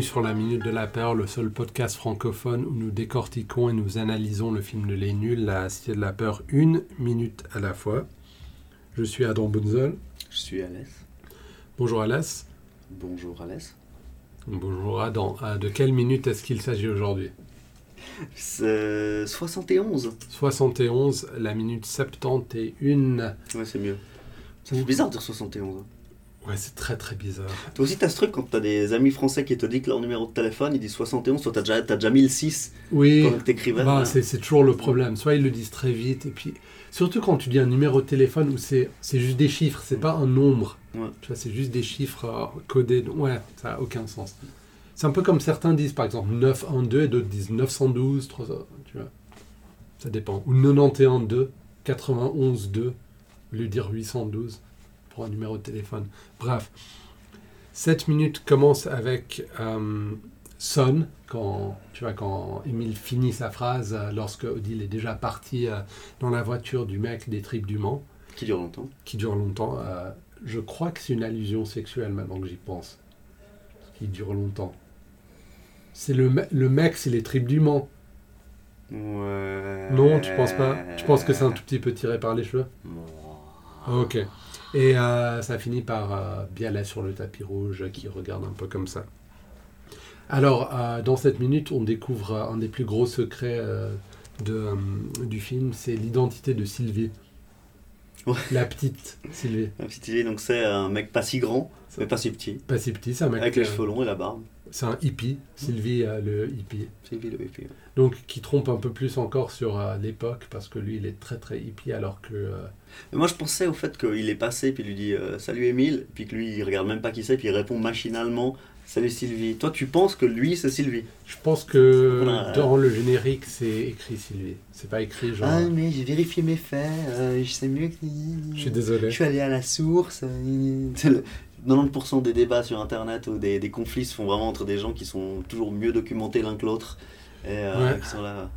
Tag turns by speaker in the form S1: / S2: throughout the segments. S1: sur la Minute de la Peur, le seul podcast francophone où nous décortiquons et nous analysons le film de Les Nuls, La Cité de la Peur, une minute à la fois. Je suis Adam Bunzel.
S2: Je suis Alès.
S1: Bonjour Alès.
S2: Bonjour Alès.
S1: Bonjour Adam. Ah, De quelle minute est-ce qu'il s'agit aujourd'hui
S2: C'est 71.
S1: 71, la minute 71.
S2: Ouais, c'est mieux. Ça fait bizarre de dire 71. hein.
S1: Ouais, c'est très très bizarre.
S2: Toi aussi, t'as ce truc quand t'as des amis français qui te disent que leur numéro de téléphone, ils disent 71, toi t'as déjà, t'as déjà 1006
S1: Oui.
S2: pendant que t'écrivais.
S1: Bah,
S2: hein.
S1: c'est, c'est toujours le problème. Soit ils le disent très vite, et puis surtout quand tu dis un numéro de téléphone où c'est, c'est juste des chiffres, c'est pas un nombre.
S2: Mm. Ouais.
S1: Tu vois, c'est juste des chiffres euh, codés. Donc, Ouais, ça a aucun sens. C'est un peu comme certains disent, par exemple 912 et d'autres disent 912, 300, tu vois. Ça dépend. Ou 912, 91 2, au lieu de dire 812 pour un numéro de téléphone. Bref. Cette minute commence avec euh, sonne quand tu vois quand Émile finit sa phrase euh, lorsque Odile est déjà partie euh, dans la voiture du mec des tripes du Mans
S2: Qui dure longtemps.
S1: qui dure longtemps. euh, je crois que c'est une allusion sexuelle maintenant que j'y pense. Qui dure longtemps. C'est le, me- le mec, c'est les tripes du Mans.
S2: Ouais.
S1: Non, tu penses pas Tu penses que c'est un tout petit peu tiré par les cheveux Ok. Et euh, ça finit par euh, Bialet sur le tapis rouge qui regarde un peu comme ça. Alors, euh, dans cette minute, on découvre euh, un des plus gros secrets euh, de, euh, du film, c'est l'identité de Sylvie.
S2: Ouais.
S1: La petite Sylvie.
S2: Un petit idée, donc c'est un mec pas si grand, mais pas si petit.
S1: Pas si petit, c'est un mec.
S2: Avec les
S1: euh,
S2: cheveux longs et la barbe.
S1: C'est un hippie, Sylvie euh, le hippie.
S2: C'est lui, le bébé.
S1: Donc qui trompe un peu plus encore sur euh, l'époque parce que lui il est très très hippie alors que... euh,
S2: Mais Moi, je pensais au fait qu'il est passé, puis il lui dit euh, Salut Émile, puis que lui, il regarde même pas qui c'est, puis il répond machinalement Salut Sylvie. Toi, tu penses que lui, c'est Sylvie
S1: je pense que
S2: Voilà.
S1: dans le générique c'est écrit Sylvie. C'est pas écrit genre... euh,
S2: Ah, mais j'ai vérifié mes faits, euh, je sais mieux que.
S1: Je suis désolé.
S2: Je suis allé à la source. euh, c'est le- 90% des débats sur internet ou des, des conflits se font vraiment entre des gens qui sont toujours mieux documentés l'un que l'autre et euh,
S1: Ouais.
S2: qui sont là.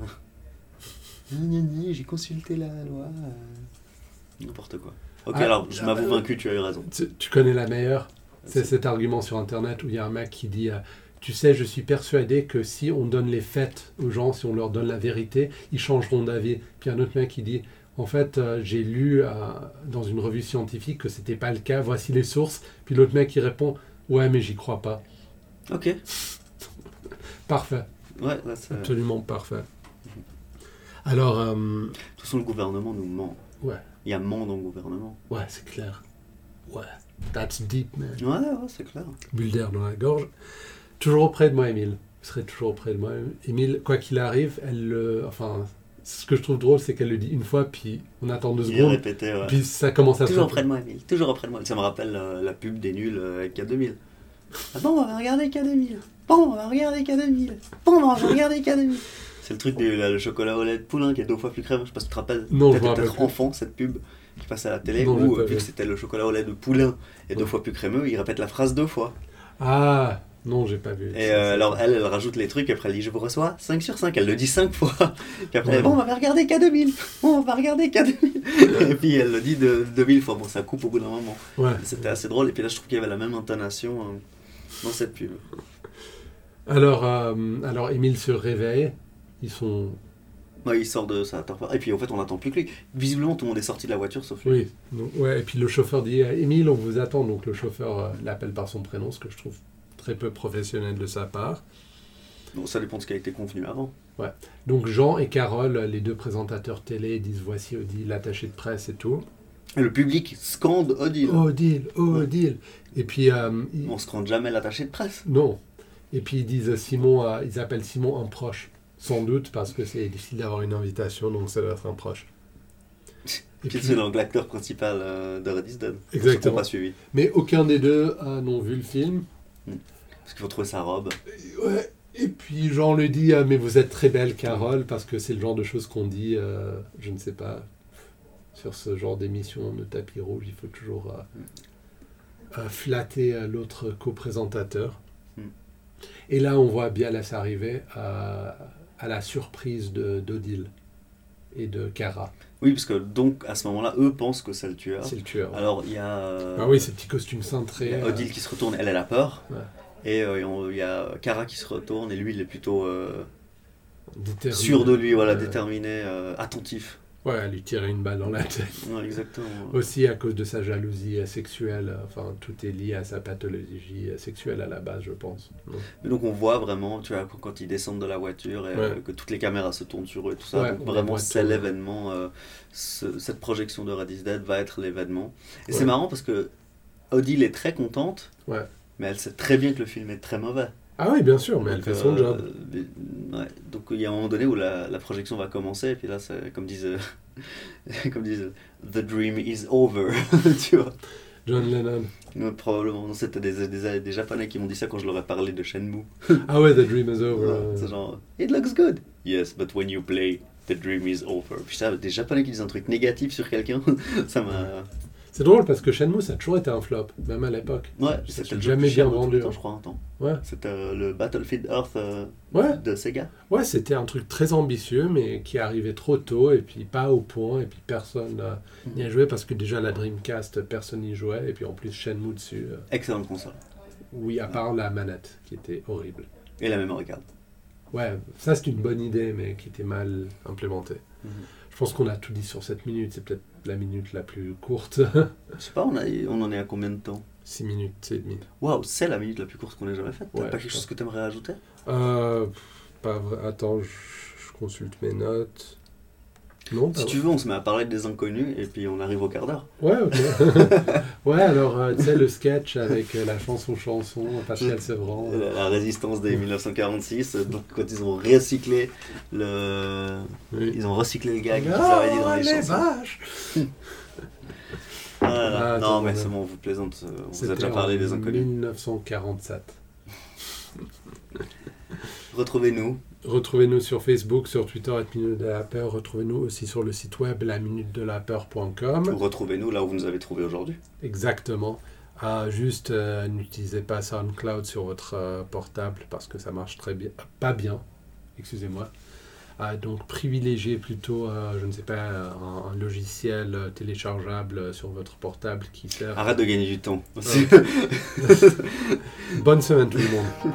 S2: Gna, gna, gna, J'ai consulté la loi. euh. N'importe quoi. Ok,
S1: Ah,
S2: alors je
S1: ah,
S2: m'avoue
S1: euh,
S2: vaincu, tu as eu raison.
S1: Tu, tu connais la meilleure C'est
S2: C'est-
S1: cet argument sur Internet où il y a un mec qui dit... euh, tu sais, je suis persuadé que si on donne les faits aux gens, si on leur donne la vérité, ils changeront d'avis. Puis un autre mec qui dit, en fait, euh, j'ai lu euh, dans une revue scientifique que c'était pas le cas. Voici les sources. Puis l'autre mec qui répond, ouais, mais j'y crois pas.
S2: Ok,
S1: Parfait,
S2: ouais, là, ça- de
S1: absolument parfait. Alors, euh,
S2: toute façon, le gouvernement nous ment.
S1: Ouais.
S2: Il y a ment dans le gouvernement.
S1: ouais, c'est clair. Ouais, that's deep, man.
S2: Ouais, ouais, c'est clair.
S1: Bulle d'air dans la gorge. Toujours auprès de moi, Émile. Vous serez toujours auprès de moi. Émile, quoi qu'il arrive, elle le. Enfin, ce que je trouve drôle, c'est qu'elle le dit une fois, puis on attend deux
S2: Il est
S1: secondes,
S2: répété, ouais.
S1: puis ça commence à se.
S2: Toujours auprès de moi, Emile. Toujours auprès de moi. Ça me rappelle euh, la pub des nuls euh, avec K2000. Ah bon, on va regarder K2000. Bon, on va regarder K2000. Bon, on va regarder K2000. C'est le truc du la- le chocolat au lait de poule hein, qui est deux fois plus crème. Je sais pas si tu te rappelles.
S1: Non, je me
S2: T'étais
S1: rappelle
S2: peut-être
S1: plus.
S2: enfant, cette pub qui passait à la télé
S1: Non, je me
S2: où, euh,
S1: rappelle.
S2: vu que c'était le chocolat au lait de poulain et deux
S1: Ouais.
S2: fois plus crémeux, il répète la phrase deux fois.
S1: Ah, non, j'ai pas vu.
S2: Et euh, alors, elle, elle rajoute les trucs. Après, elle dit Je vous reçois 5 sur 5. Elle le dit 5 fois. Puis après,
S1: Ouais.
S2: elle, bon, on va regarder K2000. Bon, on va regarder K2000. et puis, elle le dit de, 2000 fois. Bon, ça coupe au bout d'un moment.
S1: Ouais.
S2: C'était assez drôle, et puis là je trouve qu'il y avait la même intonation hein, dans cette pub.
S1: Alors, euh, alors, Émile se réveille. Ils sont.
S2: Ouais, Bah, il sort de sa torpeur, et puis en fait on n'attend plus que lui. Visiblement tout le monde est sorti de la voiture sauf lui.
S1: Oui, donc, ouais, et puis le chauffeur dit euh, Émile, on vous attend. Donc le chauffeur euh, l'appelle par son prénom, ce que je trouve très peu professionnel de sa part.
S2: Bon, ça dépend de ce qui a été convenu avant.
S1: Donc Jean et Carole, les deux présentateurs télé, disent Voici Odile, l'attaché de presse et tout.
S2: Et le public scande Odile.
S1: Odile, Odile Et puis. euh, ils-
S2: On scande jamais l'attaché de presse.
S1: Non. Et puis ils disent Simon, euh, ils appellent Simon un proche. Sans doute parce que c'est difficile d'avoir une invitation, donc ça doit être un proche. Et
S2: Puis
S1: puis-
S2: c'est donc l'acteur principal euh, de Red is Dead.
S1: Exactement.
S2: Ceux qui ont pas suivi.
S1: mais aucun des deux euh, n'ont vu le film.
S2: Parce qu'il faut trouver sa robe.
S1: Ouais. Et puis Jean le dit, ah, mais vous êtes très belle, Carole, parce que c'est le genre de choses qu'on dit, euh, je ne sais pas, sur ce genre d'émission, le tapis rouge, il faut toujours euh, euh, flatter euh, l'autre co-présentateur.
S2: Mm.
S1: Et là, on voit Bialas arriver à, à la surprise de- d'Odile et de Cara,
S2: Oui, parce que donc à ce moment-là, eux pensent que c'est le tueur.
S1: c'est le tueur.
S2: Alors il y a. euh,
S1: Ah oui, ces petits costumes cintrés.
S2: il y a
S1: euh,
S2: Odile qui se retourne, elle, elle a peur.
S1: Ouais.
S2: Et euh, et on- il y a Kara qui se retourne et lui il est plutôt euh,
S1: Déterminé.
S2: sûr de lui, voilà,
S1: Ouais.
S2: déterminé, euh, attentif.
S1: Ouais, lui tirer une balle dans la tête.
S2: Ouais, exactement.
S1: Aussi à cause de sa jalousie asexuelle. Enfin, tout est lié à sa pathologie sexuelle à la base, je pense. Donc,
S2: Mais donc on voit vraiment, tu vois, quand- quand ils descendent de la voiture et euh,
S1: Ouais.
S2: que toutes les caméras se tournent sur eux et tout ça,
S1: Ouais,
S2: donc
S1: on
S2: vraiment
S1: voit
S2: c'est
S1: tout.
S2: l'événement, euh, ce- cette projection de Radis Dead va être l'événement. Et
S1: Ouais.
S2: c'est marrant parce que Odile est très contente,
S1: Ouais.
S2: mais elle sait très bien que le film est très mauvais.
S1: Ah oui, bien sûr, mais elle
S2: Donc,
S1: fait son
S2: euh,
S1: job.
S2: mais- ouais. Donc il y a un moment donné où la, la projection va commencer, et puis là, c'est comme disent, euh, comme disent, The dream is over, tu vois.
S1: John Lennon.
S2: Ouais, probablement, Non, c'était des, des, des Japonais qui m'ont dit ça quand je leur ai parlé de Shenmue.
S1: Ah ouais, The Dream is Over.
S2: Ouais, C'est genre, it looks good. Yes, but when you play, the dream is over. Putain, des Japonais qui disent un truc négatif sur quelqu'un, ça m'a.
S1: C'est drôle parce que Shenmue, ça a toujours été un flop, même à l'époque.
S2: Ouais,
S1: Ça
S2: c'était
S1: s'est
S2: le jeu
S1: jamais
S2: plus cher
S1: bien vendu.
S2: de tout le
S1: hein.
S2: temps, je crois, un temps.
S1: Ouais.
S2: C'était euh, le Battlefield Earth euh,
S1: Ouais,
S2: de Sega.
S1: ouais c'était un truc très ambitieux, mais qui arrivait trop tôt, et puis pas au point, et puis personne euh,
S2: Mm.
S1: n'y a joué, parce que déjà la Dreamcast, personne n'y jouait, et puis en plus Shenmue dessus, euh,
S2: Excellente console.
S1: oui, à part la manette, qui était horrible.
S2: Et la mémoire card.
S1: Ouais, ça c'est une bonne idée, mais qui était mal implémentée.
S2: Mhm.
S1: Je pense qu'on a tout dit sur cette minute, c'est peut-être la minute la plus courte.
S2: Je sais pas, on, a, on en est à combien de temps
S1: 6 minutes et demie.
S2: Waouh, c'est la minute la plus courte qu'on ait jamais faite. T'as
S1: Ouais,
S2: pas
S1: je
S2: quelque
S1: crois.
S2: chose que t'aimerais ajouter
S1: Euh, pff, pas vrai. Attends, je, je consulte mes notes. Non, pas
S2: Si tu veux, on se met à parler des inconnus et puis on arrive au quart d'heure.
S1: Ouais, ok. ouais, alors, euh, tu sais, le sketch avec euh, la chanson-chanson, Pascal Sevran.
S2: La, Euh, la résistance des 1946, euh, donc quand ils ont recyclé le.
S1: Oui.
S2: Ils ont recyclé le gag qu'ils
S1: Ah,
S2: avaient dit dans les
S1: les
S2: chansons.
S1: vaches
S2: Ah là là.
S1: Ah,
S2: non,
S1: c'est
S2: mais
S1: bon.
S2: c'est bon, on vous plaisante. euh, On vous a
S1: C'était
S2: déjà parlé
S1: en
S2: des inconnus.
S1: 1947.
S2: Retrouvez-nous.
S1: Retrouvez-nous sur Facebook, sur Twitter, et Minute de la Peur. Retrouvez-nous aussi sur le site web,
S2: ou
S1: laminutedelapeur.com.
S2: Retrouvez-nous là où vous nous avez trouvés aujourd'hui.
S1: Exactement. Ah, juste, euh, n'utilisez pas SoundCloud sur votre euh, portable parce que ça marche très bien. Pas bien, excusez-moi. Ah, donc, privilégiez plutôt, euh, je ne sais pas, un, un logiciel euh, téléchargeable euh, sur votre portable
S2: Ah.
S1: qui sert. Ah.
S2: Arrête de gagner du temps.
S1: Bonne semaine tout le monde.